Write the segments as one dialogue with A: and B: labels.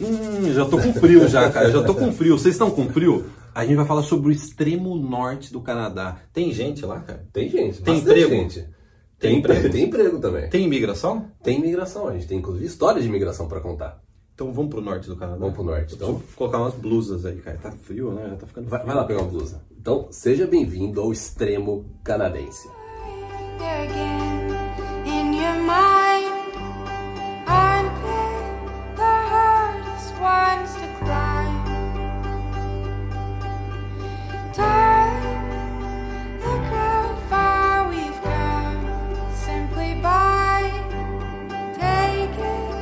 A: Hum, já tô com frio já, cara. Já tô com frio. Vocês estão com frio? A gente vai falar sobre o extremo norte do Canadá. Tem gente lá, cara?
B: Tem gente,
A: Tem
B: bastante
A: emprego?
B: gente.
A: Tem
B: Tem
A: emprego?
B: emprego, tem emprego também.
A: Tem imigração?
B: Tem imigração, a gente tem inclusive história de imigração pra contar.
A: Então vamos pro norte do Canadá.
B: Vamos pro norte, então?
A: Eu preciso colocar umas blusas aí, cara. Tá frio, né? Já tá ficando
B: Vai,
A: frio.
B: vai lá pegar uma blusa. Então, seja bem-vindo ao extremo canadense.
C: Again in your mind, unpick the hardest ones to climb. Time, look how far we've come simply by taking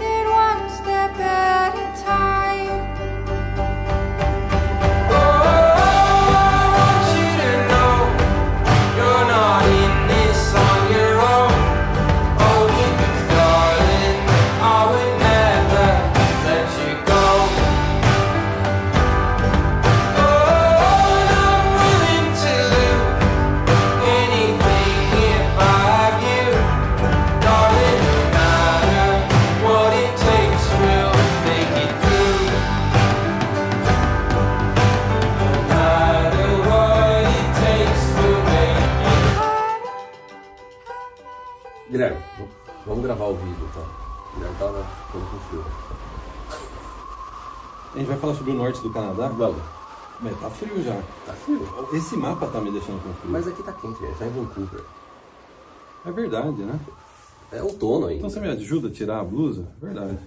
C: it one step at a time.
B: Guilherme, v- vamos gravar o vídeo então. Guilherme tava ficando com frio.
A: A gente vai falar sobre o norte do Canadá.
B: Vamos,
A: Mas tá frio já.
B: tá frio.
A: Esse mapa tá me deixando com frio.
B: Mas aqui tá quente, gente. Tá em Vancouver.
A: É verdade, né?
B: É outono ainda.
A: Então você me ajuda a tirar a blusa? Verdade.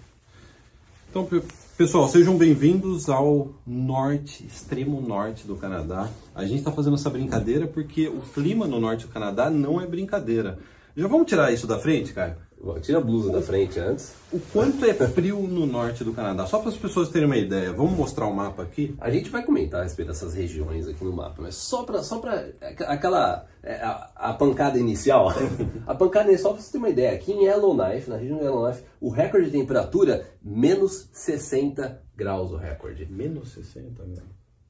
A: Então, pe- pessoal, sejam bem-vindos ao norte, extremo norte do Canadá. A gente está fazendo essa brincadeira porque o clima no norte do Canadá não é brincadeira. Já vamos tirar isso da frente, cara?
B: Bom, Tira a blusa da frente antes.
A: O quanto é frio no norte do Canadá? Só para as pessoas terem uma ideia. Vamos mostrar o mapa aqui?
B: A gente vai comentar a respeito dessas regiões aqui no mapa, mas só pra, só pra aqu- aquela, é, a, a pancada inicial, a pancada inicial, pra você ter uma ideia, aqui em Yellowknife, na região de Yellowknife, o recorde de temperatura, menos 60 graus o recorde.
A: Menos 60, né?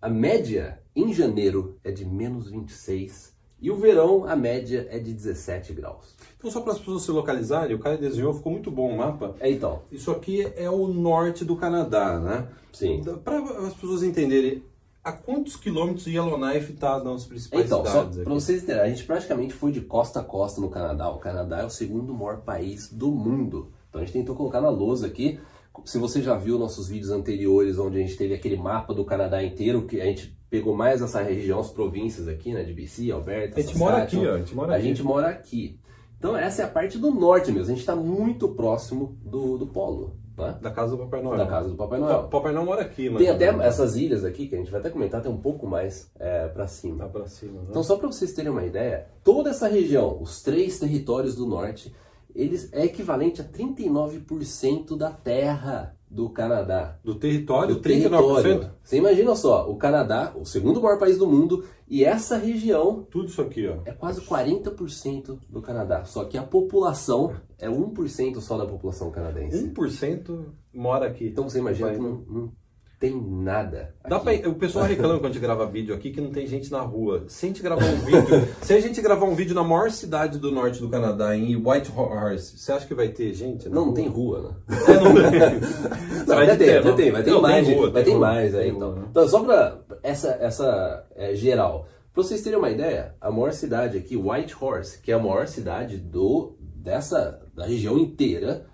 B: A média em janeiro é de menos 26 e o verão, a média é de 17 graus.
A: Então, só para as pessoas se localizarem, o cara desenhou, ficou muito bom o mapa.
B: É então,
A: Isso aqui é o norte do Canadá, né?
B: Sim.
A: Para as pessoas entenderem, a quantos quilômetros Yellowknife está nas principais
B: Então, só
A: cidades
B: pra
A: aqui?
B: vocês entenderem, a gente praticamente foi de costa a costa no Canadá. O Canadá é o segundo maior país do mundo. Então a gente tentou colocar na lousa aqui. Se você já viu nossos vídeos anteriores, onde a gente teve aquele mapa do Canadá inteiro, que a gente pegou mais essa região, as províncias aqui, né? De BC, Alberta,
A: A gente mora aqui,
B: Saskatchewan.
A: ó, a gente mora
B: então, A
A: aqui.
B: gente mora aqui. Então essa é a parte do norte mesmo. A gente está muito próximo do, do polo, né?
A: Da casa do Papai Noel.
B: Da casa do Papai
A: Pa-
B: Noel.
A: Papai Noel mora aqui, mas...
B: Tem até essas ilhas aqui, que a gente vai até comentar, tem um pouco mais é, para cima.
A: Tá pra cima, né?
B: Então, só para vocês terem uma ideia, toda essa região, os três territórios do norte, eles é equivalente a 39% da terra do Canadá.
A: Do território,
B: Do
A: 39%.
B: território. Você imagina só, o Canadá, o segundo maior país do mundo, e essa região
A: Tudo isso aqui, ó.
B: é quase 40% do Canadá. Só que a população é 1% só da população canadense.
A: 1% mora aqui.
B: Então você imagina
A: Papai
B: que não, não tem nada.
A: Dá
B: aqui.
A: pra, o pessoal reclama quando a gente grava vídeo aqui que não tem gente na rua. Se a gente gravar um vídeo, se a gente gravar um vídeo na maior cidade do norte do Canadá, em Whitehorse, você acha que vai ter gente? na
B: Não, não
A: rua?
B: tem rua, né?
A: É, não tem.
B: Não,
A: Vai
B: vai
A: de
B: ter,
A: tema.
B: vai ter, vai ter
A: Não, tem
B: mais,
A: rua,
B: gente,
A: tem
B: vai ter
A: rua,
B: mais aí,
A: tem rua,
B: então.
A: né?
B: Então, só pra essa, essa é, geral, pra vocês terem uma ideia, a maior cidade aqui, Whitehorse, que é a maior cidade do, dessa, da região inteira,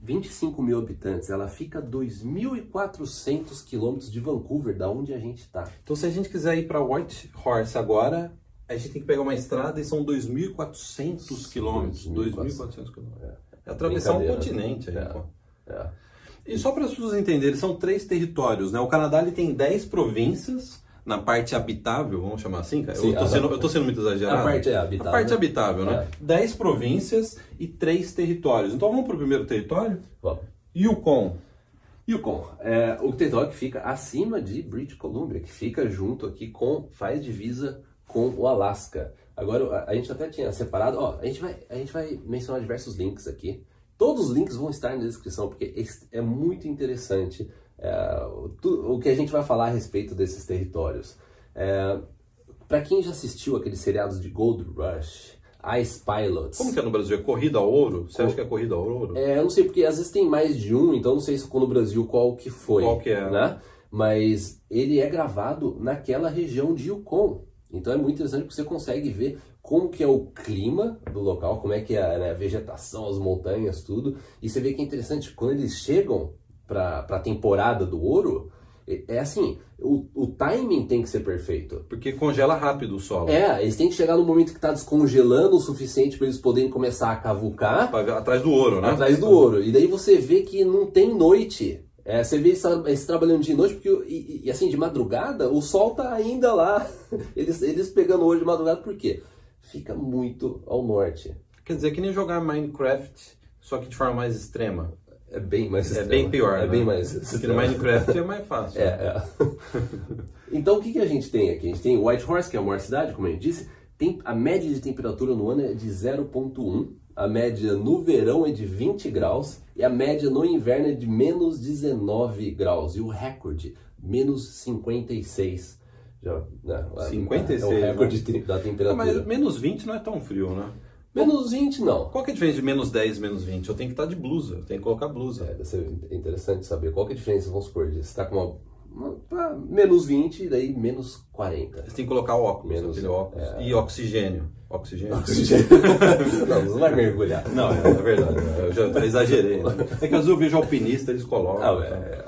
B: 25 mil habitantes, ela fica a 2.400 quilômetros de Vancouver, da onde a gente tá.
A: Então, se a gente quiser ir para Whitehorse agora, a gente tem que pegar uma estrada e são 2.400 quilômetros. 2.400 quilômetros. É atravessar um
B: Brincadeira,
A: continente aí,
B: né?
A: pô.
B: É, é.
A: E só para as pessoas entenderem, são três territórios, né? O Canadá ele tem 10 províncias na parte habitável, vamos chamar assim, cara?
B: Sim,
A: eu, tô
B: a-
A: sendo, eu tô sendo muito exagerado.
B: a parte é habitável.
A: A parte habitável, né?
B: É.
A: 10 províncias e três territórios. Então vamos para o primeiro território?
B: Vamos.
A: Yukon.
B: Yukon, é, o território que fica acima de British Columbia, que fica junto aqui com, faz divisa com o Alasca. Agora, a, a gente até tinha separado, ó, a gente, vai, a gente vai mencionar diversos links aqui. Todos os links vão estar na descrição, porque es- é muito interessante é, o, tu- o que a gente vai falar a respeito desses territórios. É, Pra quem já assistiu aqueles seriados de Gold Rush, Ice Pilots.
A: Como que é no Brasil? É corrida ao ouro? Você acha que é corrida ao ouro?
B: É, eu não sei, porque às vezes tem mais de um, então não sei se no Brasil qual que foi.
A: Qual que é.
B: Né? Mas ele é gravado naquela região de Yukon. Então é muito interessante porque você consegue ver como que é o clima do local, como é que é né, a vegetação, as montanhas, tudo. E você vê que é interessante, quando eles chegam para a temporada do ouro, é é assim, o, o timing tem que ser perfeito.
A: Porque congela rápido o solo.
B: É, eles têm que chegar no momento que está descongelando o suficiente para eles poderem começar a cavucar
A: Pra ver- Atrás do ouro, né?
B: atrás do ouro. E daí você vê que não tem noite. É, você vê eles, tra- eles trabalhando de noite, porque e, e- e assim, de madrugada, o sol tá ainda lá. Eles, eles pegando hoje de madrugada, por quê? Fica muito ao norte.
A: Quer dizer, é que nem jogar Minecraft, só que de forma mais extrema.
B: É bem mais
A: É
B: extremo.
A: bem pior,
B: É
A: né?
B: bem mais
A: Porque
B: extremo.
A: no Minecraft é mais fácil.
B: É, é. então o que, que a gente tem aqui? A gente tem Whitehorse, que é a maior cidade, como eu disse. Tem, a média de temperatura no ano é de 0,1. A média no verão é de 20 graus. E a média no inverno é de menos 19 graus. E o recorde, menos 56. Já, né, é-
A: 56,
B: É o recorde de- da
A: Ah,
B: temperatura.
A: Mas menos 20 não é tão frio, né?
B: Menos 20 não.
A: Qual que é a diferença de menos 10 menos 20? Eu tenho que estar de blusa, eu tenho que colocar blusa.
B: É, deve ser interessante saber qual que é a diferença, vamos supor, de você está com uma, uma- pá, menos 20 e daí menos 40.
A: Você tem que colocar óculos,
B: Menos, é.
A: aquele óculos. E oxigênio. Oxigênio?
B: não, você não vai mergulhar.
A: Não, é, é verdade. Eu já eu exagerei. né? É que às vezes eu vejo alpinista, eles colocam.
B: Ah, é.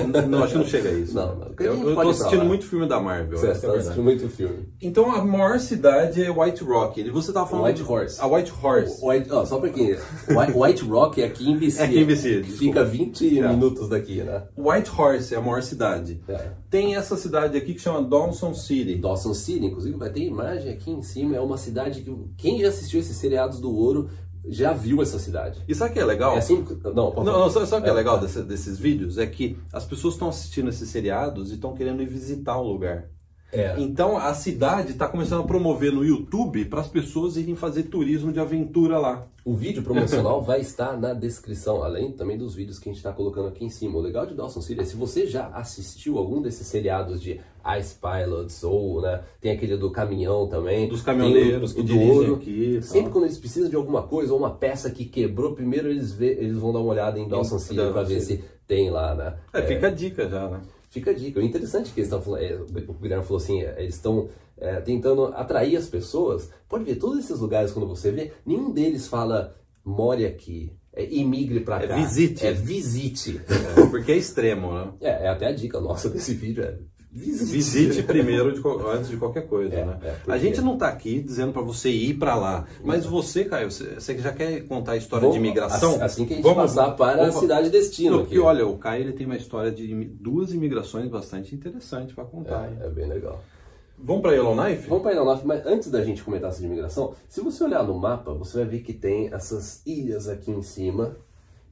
A: N- Não, acho que não chega a isso.
B: Não, não.
A: Eu-
B: A gente
A: Eu, tô
B: pode ir pra
A: assistindo
B: lá.
A: muito filme da Marvel. essa
B: Você
A: é a
B: está
A: verdade.
B: assistindo muito filme.
A: Então a maior cidade é White Rock. Ele- Você tava falando.
B: White Horse.
A: A White Horse.
B: White, ó, só pra quem. White, White Rock é aqui em BC.
A: É aqui em BC,
B: que
A: desculpa. É.
B: Fica 20 minutos daqui, né?
A: White Horse é a maior cidade.
B: É.
A: Tem essa cidade aqui que chama Dawson City.
B: Dawson City, inclusive, vai ter imagem aqui em cima. É uma cidade que. Quem já assistiu esses seriados do ouro já viu essa cidade.
A: E sabe o que é legal?
B: É assim. Não, pode
A: Não, não, sabe, sabe o que é legal desse- desses vídeos? É que as pessoas estão assistindo esses seriados e estão querendo ir visitar o lugar.
B: É.
A: Então a cidade está começando a promover no YouTube para as pessoas irem fazer turismo de aventura lá.
B: O vídeo promocional vai estar na descrição, além também dos vídeos que a gente está colocando aqui em cima. O legal de Dawson City é se você já assistiu algum desses seriados de Ice Pilots ou, né, tem aquele do caminhão também.
A: Dos
B: tem o-
A: caminhoneiros
B: o
A: que
B: do
A: dirigem
B: ouro.
A: aqui e
B: Sempre
A: tal.
B: quando eles precisam de alguma coisa ou uma peça que quebrou, primeiro eles, vê- eles vão dar uma olhada em Dawson City
A: Dawson
B: para ver se tem lá, né?
A: É, fica a dica já, né?
B: Fica a dica. O interessante é que eles estão falando. é, o Guilherme falou assim: é, eles estão é, tentando atrair as pessoas. Pode ver, todos esses lugares, quando você vê, nenhum deles fala more aqui, é, imigre pra
A: É
B: cá.
A: visite.
B: É visite.
A: É, porque é extremo, né?
B: É, é até a dica nossa desse vídeo: é visite.
A: Visite primeiro de co- antes de qualquer coisa,
B: É,
A: né?
B: é, porque-
A: a gente não tá aqui dizendo para você ir para lá, mas você, Caio, você você que já quer contar a história
B: Vamos-
A: de imigração?
B: assim- Assim que a gente
A: Vamos-
B: passar para
A: vamos-
B: a cidade destino.
A: Porque,
B: aqui.
A: olha, o Caio ele tem uma história de imi- duas imigrações bastante interessante para contar. hein?
B: É bem legal.
A: Vamos para Yellowknife?
B: Vamos para Ilhanópolis, mas antes da gente comentar essa de imigração, se você olhar no mapa, você vai ver que tem essas ilhas aqui em cima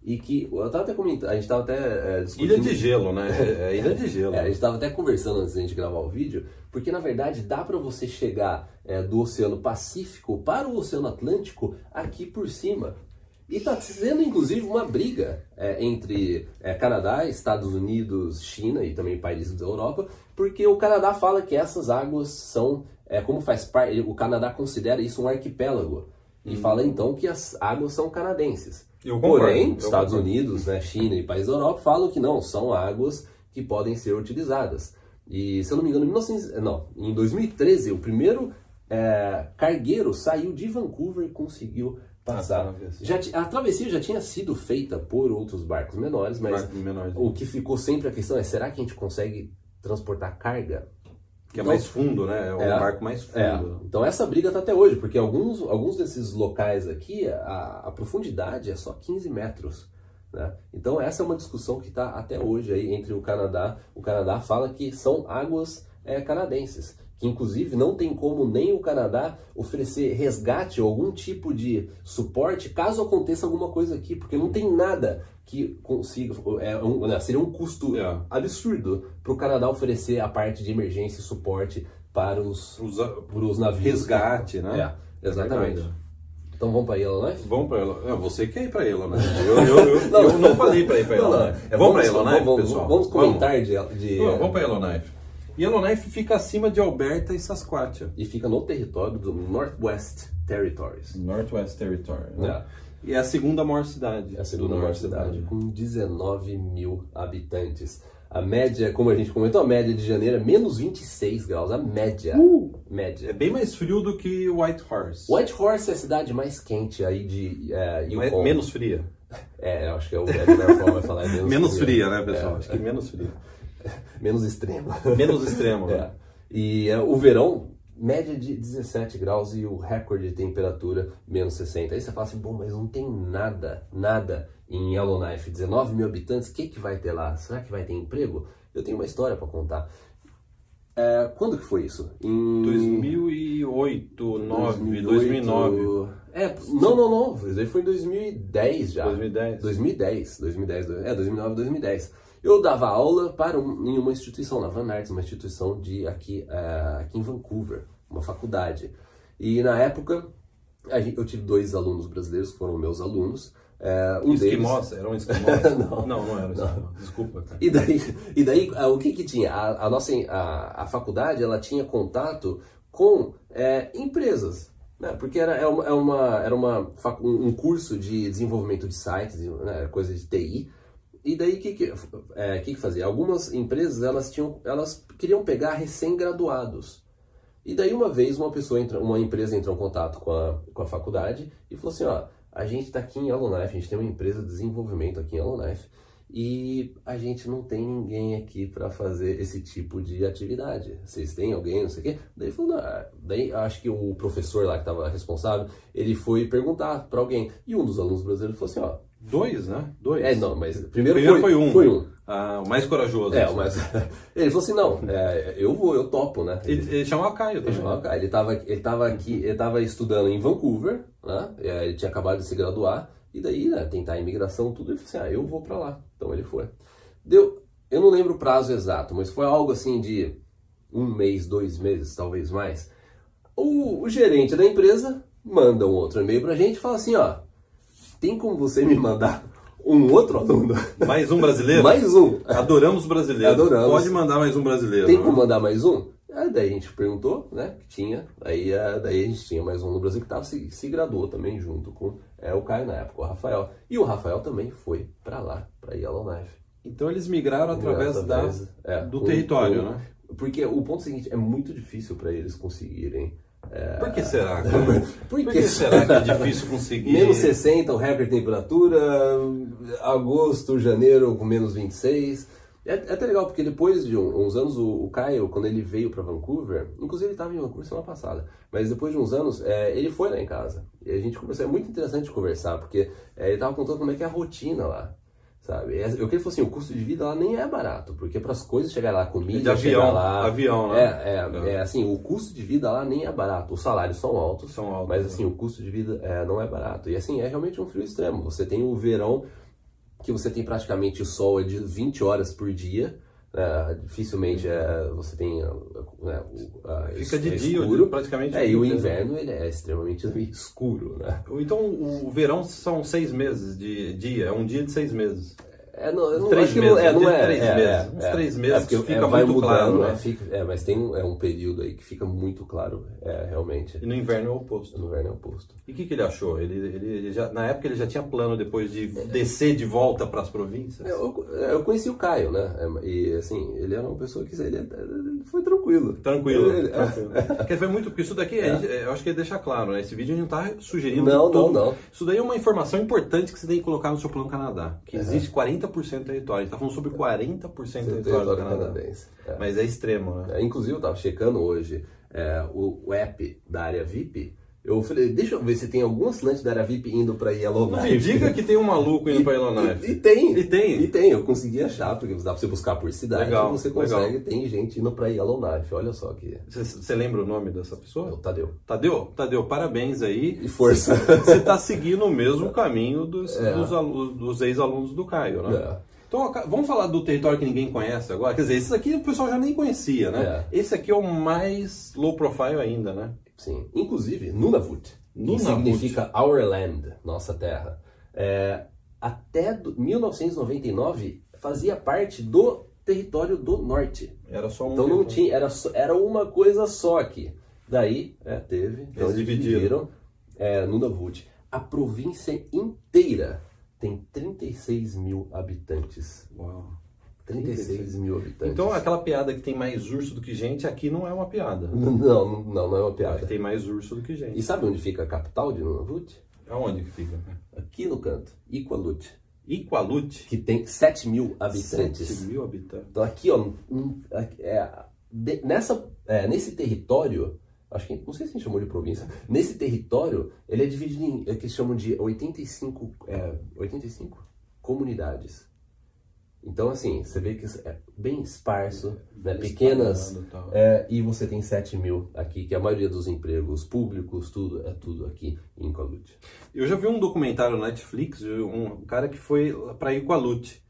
B: e que eu tava até comentando, a gente tava até é, discutindo.
A: Ilha de Gelo, né? É, é Ilha de Gelo.
B: É, a gente estava até conversando antes da gente gravar o vídeo, porque na verdade dá para você chegar é, do Oceano Pacífico para o Oceano Atlântico aqui por cima. E está sendo inclusive uma briga é, entre é, Canadá, Estados Unidos, China e também países da Europa, porque o Canadá fala que essas águas são, é, como faz parte, o Canadá considera isso um arquipélago. E fala então que as águas são canadenses.
A: Eu concordo,
B: Porém,
A: eu
B: Estados
A: concordo.
B: Unidos. Unidos, né, China e países da Europa falam que não, são águas que podem ser utilizadas. E, se eu não me engano, em, 1900 não, em 2013, o primeiro é, cargueiro saiu de Vancouver e conseguiu
A: Ah,
B: passar.
A: tá, eu vi.
B: já, ti- a travessia já tinha sido feita por outros barcos menores, mas
A: Barcos menores.
B: o que ficou sempre a questão é, será que a gente consegue transportar carga?
A: Que é
B: Então-
A: mais fundo, né? É um
B: É.
A: barco mais
B: É,
A: fundo.
B: então essa briga tá até hoje, porque alguns, alguns desses locais aqui, a, a profundidade é só 15 metros. Né? Então essa é uma discussão que está até hoje aí entre o Canadá. O Canadá fala que são águas é, canadenses, que inclusive não tem como nem o Canadá oferecer resgate ou algum tipo de suporte caso aconteça alguma coisa aqui, porque não tem nada que consiga. É um, né, seria um custo
A: É.
B: absurdo para o Canadá oferecer a parte de emergência e suporte para os
A: Usa-
B: para os navios.
A: Resgate, né?
B: É, exatamente.
A: Verdade.
B: Então vamos para Yellowknife?
A: Vamos pra Yellowknife. Você quer ir pra Yellowknife. Eu, eu, eu, eu não falei pra ir pra
B: Não, não.
A: Yellowknife.
B: É,
A: Vamos pra
B: vamos-
A: Yellowknife,
B: vamos-
A: pessoal?
B: Vamos comentar é. de...
A: Vamos, Não, vamos pra né? Yellowknife. Yellowknife fica acima de Alberta e Saskatchewan.
B: E fica no território do Northwest Territories.
A: Northwest Territory. né?
B: né?
A: E é a segunda maior cidade.
B: É a segunda
A: do
B: maior
A: norte do
B: cidade,
A: Canadá.
B: com 19 mil habitantes. A média, como a gente comentou, a média de janeiro é menos 26 graus. A média.
A: Uh! É
B: Média.
A: bem mais frio do que Whitehorse.
B: Whitehorse é a cidade mais quente aí de é,
A: Mas
B: Yukon.
A: menos fria.
B: É, eu acho que é o é a melhor forma de falar. É menos, É.
A: Menos fria, né, pessoal? Acho que menos fria.
B: Menos extrema.
A: Menos extremo. né?
B: É. E é, o verão, média de 17 graus e o recorde de temperatura, menos 60. Aí você fala assim, bom, mas não tem nada, nada em Yellowknife. 19 mil habitantes, o que, que vai ter lá? Será que vai ter emprego? Eu tenho uma história para contar. É, quando que foi isso? Em
A: 2008, 2009, 2009.
B: É, não, não, não. Isso aí foi em 2010 já.
A: 2010.
B: 2010, 2010, dois- é, 2009, 2010. Eu dava aula para um- em uma instituição, na Van Arts, uma instituição de aqui, eh, aqui em Vancouver, uma faculdade. E na época, a gente- eu tive dois alunos brasileiros que foram meus alunos. eh, um deles,
A: Esquimós? Era um esquimós?
B: Não.
A: não, não era um esquimós. Desculpa, cara.
B: e daí, e daí ah, o que que tinha? A, a nossa a, a faculdade ela tinha contato com eh, empresas, né? Porque era, é uma, é uma- era uma facu- um um curso de desenvolvimento de sites, né? coisa de TI. E daí o que que, eh, o que que fazia? Algumas empresas elas tinham elas queriam pegar recém-graduados. E daí uma vez uma pessoa entra, uma empresa entrou em contato com a, com a faculdade e falou assim, ó, a gente está aqui em Yellowknife, a gente tem uma empresa de desenvolvimento aqui em Yellowknife e a gente não tem ninguém aqui para fazer esse tipo de atividade. Vocês têm alguém, não sei o quê? Daí falou, não, ah, daí acho que o professor lá que estava responsável, ele foi perguntar para alguém e um dos alunos brasileiros falou assim, ó,
A: Dois, né? Dois.
B: é não, mas primeiro,
A: Primeiro
B: foi,
A: foi um.
B: Foi um.
A: Ah, o mais corajoso.
B: É, mas ele falou assim, não, é, eu vou, eu topo, né?
A: Ele, ele chamava Caio
B: Ele
A: também. né?
B: chamava Caio. Ele tava, ele tava aqui, ele tava estudando em Vancouver, né? É, Ele tinha acabado de se graduar, e daí, né, tentar a imigração, tudo, ele falou assim, ah, eu vou pra lá. Então ele foi. Deu, eu não lembro o prazo exato, mas foi algo assim de um mês, dois meses, talvez mais. O, o gerente da empresa manda um outro e-mail pra gente e fala assim, ó, tem como você me mandar um outro aluno?
A: Mais um brasileiro?
B: Mais um.
A: Adoramos brasileiros.
B: Adoramos.
A: Pode mandar mais um brasileiro.
B: Tem
A: né?
B: como mandar mais um? Aí daí a gente perguntou, né? Que tinha. Aí, ah, daí a gente tinha mais um no Brasil que tava, se, se graduou também junto com é, o Caio na época, o Rafael. E o Rafael também foi pra lá, pra Yellowknife.
A: Então eles migraram através,
B: Através,
A: da,
B: é,
A: do
B: com-
A: território,
B: com-
A: né?
B: Porque o ponto seguinte, é muito difícil pra eles conseguirem. É,
A: Por que será? cara?
B: Por
A: Por
B: que
A: que será que é difícil conseguir?
B: menos 60, o recorde de temperatura, agosto, janeiro com menos 26. É, é até legal, porque depois de um- uns anos, o, o Caio, quando ele veio para Vancouver, inclusive ele estava em Vancouver semana passada, mas depois de uns anos, é, ele foi lá em casa. E a gente conversou, é muito interessante conversar, porque é, ele estava contando como é que é a rotina lá. Sabe? E as- Eu queria que fosse assim, o custo de vida lá nem é barato, porque para as coisas chegar lá, comida,
A: É De avião,
B: chegar lá.
A: avião, né?
B: É, é, é, assim, o custo de vida lá nem é barato. Os salários são altos,
A: São altos,
B: mas
A: né?
B: assim, o custo de vida é, não é barato. E assim, é realmente um frio extremo. Você tem o verão, que você tem praticamente o sol é de 20 horas por dia. né? dificilmente é, você tem. né, o- a-
A: Fica
B: é
A: de dia,
B: escuro.
A: praticamente. né?
B: É, e o inverno ele é extremamente escuro, né?
A: Então o verão são seis meses de dia, é um dia de seis meses.
B: É, não, eu não
A: Três
B: acho que não
A: meses,
B: é, não
A: de
B: é,
A: três
B: é,
A: meses.
B: é,
A: Uns
B: é.
A: três meses
B: porque
A: fica
B: é, vai
A: muito
B: mudando,
A: claro, né?
B: é, fica- é, mas tem um, é um período aí que fica muito claro, é, realmente.
A: E no inverno é o oposto.
B: No inverno é o oposto.
A: E o que, que ele achou? Ele, ele, ele já, na época ele já tinha plano depois de descer de volta para as províncias?
B: É, Eu, eu conheci o Caio, né? E assim, ele era uma pessoa que ele, ele foi tranquilo.
A: Tranquilo. né?
B: Ele-
A: tranquilo. Porque foi muito. Porque isso daqui, a gente- eu acho que é deixar claro, né? Esse vídeo a gente não tá sugerindo.
B: é, Não, não,
A: tudo.
B: não.
A: Isso daí é uma informação importante que você tem que colocar no seu plano Canadá. Que existe 40% do território. A gente tá falando sobre 40% do território, do
B: território
A: Canadá.
B: canadense. É.
A: Mas é extremo, né?
B: É, Inclusive, eu tava checando hoje é, o, o app da área VIP. Eu falei, deixa eu ver se tem algum assinante da área VIP indo pra
A: Não
B: Yellowknife.
A: me diga que tem um maluco indo pra
B: E,
A: Yellowknife.
B: É. e tem.
A: E tem?
B: E tem, eu consegui achar, porque dá pra você buscar por cidade,
A: Legal,
B: você consegue,
A: legal.
B: tem gente indo pra Yellowknife, olha só que...
A: Você- Você lembra o nome dessa
B: É o
A: pessoa?
B: Tadeu.
A: Tadeu? Tadeu, parabéns aí.
B: E força.
A: Você tá seguindo o mesmo caminho dos, dos alu- dos ex-alunos do Caio, né?
B: É.
A: Então, ó, ca- vamos falar do território que ninguém conhece agora? Quer dizer, esse aqui o pessoal já nem conhecia, né? Esse aqui é o mais low profile ainda, né?
B: Sim. Inclusive, Nunavut,
A: Nunavut.
B: que significa Our Land, nossa terra, é, até do- 1999 fazia parte do território do norte.
A: Era só um.
B: Então não
A: território.
B: tinha, era, só- era uma coisa só aqui. Daí, é, teve, então
A: dividiram.
B: dividiram é, Nunavut. A província inteira tem 36 mil habitantes.
A: Uau.
B: 36, mil habitantes.
A: Então aquela piada que tem mais urso do que gente, aqui não é uma piada.
B: Não, não, não é uma
A: Aqui
B: piada.
A: Ah, tem mais urso do que gente.
B: E sabe onde fica a capital de Nunavut?
A: Aonde que fica?
B: Aqui no canto, Iqaluit,
A: Iqualute.
B: que tem 7 mil habitantes.
A: 7 mil habitantes.
B: Então aqui, ó, um- aqui, é, de- nessa, é, nesse território, acho que não sei se a gente chamou de província, nesse território ele é dividido em, é que eles chamam de 85, é, 85 comunidades. Então assim, você vê que isso é bem esparso, né, pequenas,
A: É, Espalhado e tal.
B: é, e você tem 7 mil aqui, que é a maioria dos empregos públicos, tudo, é tudo aqui em Calute.
A: Eu já vi um documentário na Netflix, de um cara que foi pra Iqualute.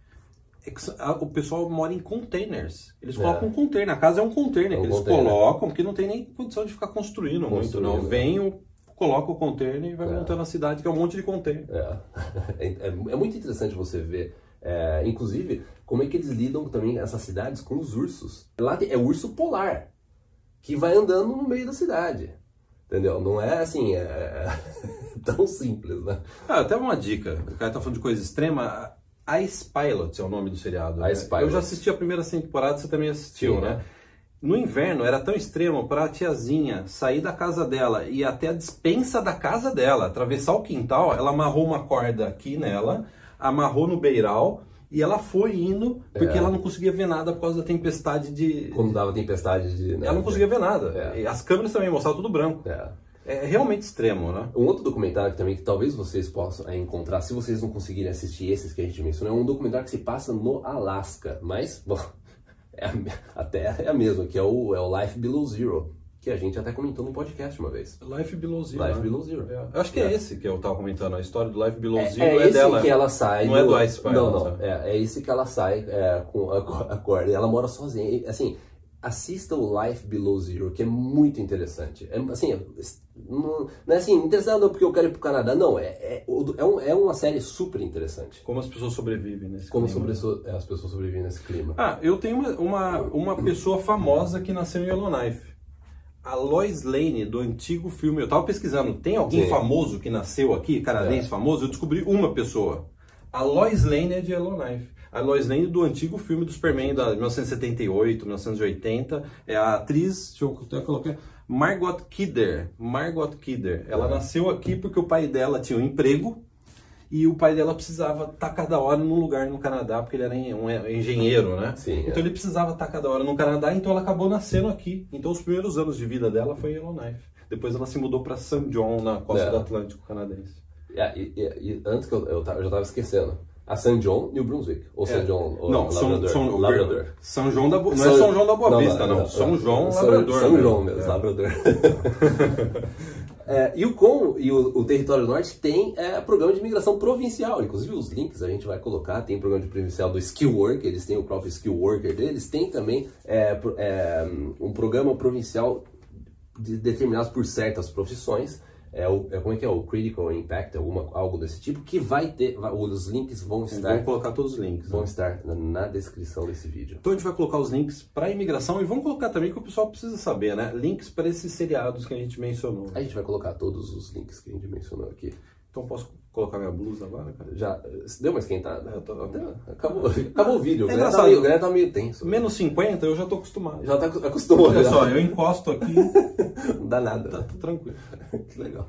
A: É que a- O pessoal mora em containers. Eles
B: É.
A: colocam um container. A casa é um container
B: É um
A: que eles
B: container.
A: colocam, porque não tem nem condição de ficar construindo, muito,
B: Construindo,
A: não.
B: é.
A: Vem, o- coloca o container e vai
B: É.
A: montando a cidade, que é um monte de container.
B: É, é, é muito interessante você ver, é, inclusive, como é que eles lidam também essas cidades com os ursos. Lá tem- é urso polar, que vai andando no meio da cidade. Entendeu? Não é assim, é, é tão simples, né?
A: Ah, até uma dica. O cara tá falando de coisa extrema. A Ice Pilot é o nome do seriado. né?
B: Ice Pilot.
A: Eu já assisti a primeira temporada, você também assistiu,
B: Sim,
A: né? No inverno era tão extremo para a tiazinha sair da casa dela e ir até a dispensa da casa dela, atravessar o quintal, ela amarrou uma corda aqui nela, amarrou no beiral e ela foi indo
B: É.
A: porque ela não conseguia ver nada por causa da tempestade de.
B: Quando dava tempestade de. né?
A: Ela não conseguia ver nada.
B: É.
A: E As câmeras também mostravam tudo branco.
B: É.
A: É realmente extremo, né?
B: Um outro documentário que também que talvez vocês possam é, encontrar, se vocês não conseguirem assistir esses que a gente mencionou, é um documentário que se passa no Alasca, mas bom, é a, me- a Terra é a mesma, que é o, é o Life Below Zero, que a gente até comentou no podcast uma vez.
A: Life Below Zero.
B: Life
A: né?
B: Below Zero.
A: É. Eu acho que é. esse que eu tava comentando, a história do Life Below
B: É,
A: Zero é,
B: é esse
A: dela.
B: que ela sai.
A: Não é do Ice Spiral,
B: Não, não.
A: sabe?
B: É, é esse que ela sai é, com a, co- a corda. E Ela mora sozinha. E, assim, assista o Life Below Zero, que é muito interessante. É, assim, é, não, não é assim, interessante não porque eu quero ir pro Canadá. Não, é, é, o- é, um- é uma série super interessante.
A: Como as pessoas sobrevivem nesse
B: Como
A: clima.
B: sobre so- é, as pessoas sobrevivem nesse clima.
A: Ah, eu tenho uma, uma, uma pessoa famosa que nasceu em Yellowknife. A Lois Lane, do antigo filme. Eu tava pesquisando, tem alguém
B: Sim. É.
A: famoso que nasceu aqui, canadense famoso? Eu descobri uma pessoa. A Lois Lane é de Yellowknife. A Lois Lane do antigo filme do Superman, da 1978, 1980. É a atriz, deixa eu até colocar... Margot Kidder. Margot Kidder. Ela nasceu aqui porque o pai dela tinha um emprego e o pai dela precisava estar cada hora num lugar no Canadá, porque ele era en- um engenheiro, né?
B: Sim,
A: então
B: é.
A: ele precisava estar cada hora no Canadá, então ela acabou nascendo aqui. Então os primeiros anos de vida dela foi em Yellowknife. Depois ela se mudou para St. John, na costa
B: É.
A: do Atlântico canadense.
B: É, E, e- e antes que eu, eu, tava- eu já tava esquecendo. A San John New Brunswick. Ou San John ou
A: É. não,
B: Labrador.
A: São, São,
B: Labrador.
A: São João da Boa Não é São João da Boa Vista, não. São João Labrador.
B: São
A: né?
B: João mesmo,
A: É.
B: Labrador. É, e o com e o, o território norte tem é, programa de imigração provincial. Inclusive os links a gente vai colocar. Tem programa de provincial do Skill Worker, eles têm o próprio Skill Worker deles. Tem também é, pro- é, um programa provincial de, determinados por certas profissões. É, o, é, como é que é? O Critical Impact, alguma, algo desse tipo, que vai ter. vai- os links vão
A: Eles
B: estar,
A: Vão colocar todos os links. né?
B: vão estar na, na descrição desse vídeo.
A: Então a gente vai colocar os links para imigração e vamos colocar também que o pessoal precisa saber, né? Links para esses seriados que a gente mencionou.
B: A gente vai colocar todos os links que a gente mencionou aqui.
A: Então posso colocar minha blusa agora, cara?
B: Já eh, deu uma esquentada?
A: Eu tô-
B: Deu. Acabou, acabou o vídeo.
A: É
B: o Guilherme tá
A: engraçado.
B: meio, o Guilherme tá meio tenso.
A: Menos 50 eu já tô acostumado.
B: Já tá acos- acostumou.
A: Olha
B: já.
A: só, eu encosto aqui,
B: Não dá nada.
A: tá tudo tranquilo.
B: que legal.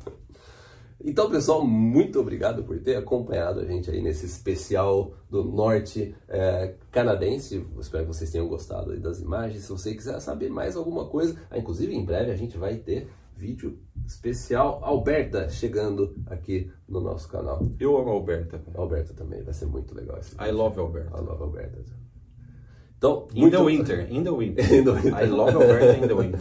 B: Então, pessoal, muito obrigado por ter acompanhado a gente aí nesse especial do norte eh, canadense. Eu Espero que vocês tenham gostado aí das imagens. Se você quiser saber mais alguma coisa, ah, inclusive em breve a gente vai ter vídeo especial Alberta chegando aqui no nosso canal.
A: Eu amo a Alberta. cara.
B: Alberta também, vai ser muito legal esse
A: I love Alberta.
B: A nova Alberta. Então,
A: In the winter, in the winter.
B: In the winter.
A: I love Alberta in the winter.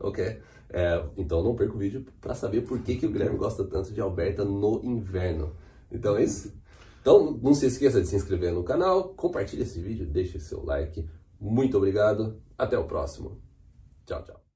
B: Ok. É, então não perca o vídeo para saber por que, que o Guilherme gosta tanto de Alberta no inverno. Então é isso. Então não se esqueça de se inscrever no canal, compartilhe esse vídeo, deixe seu like. Muito obrigado. Até o próximo. Tchau, tchau.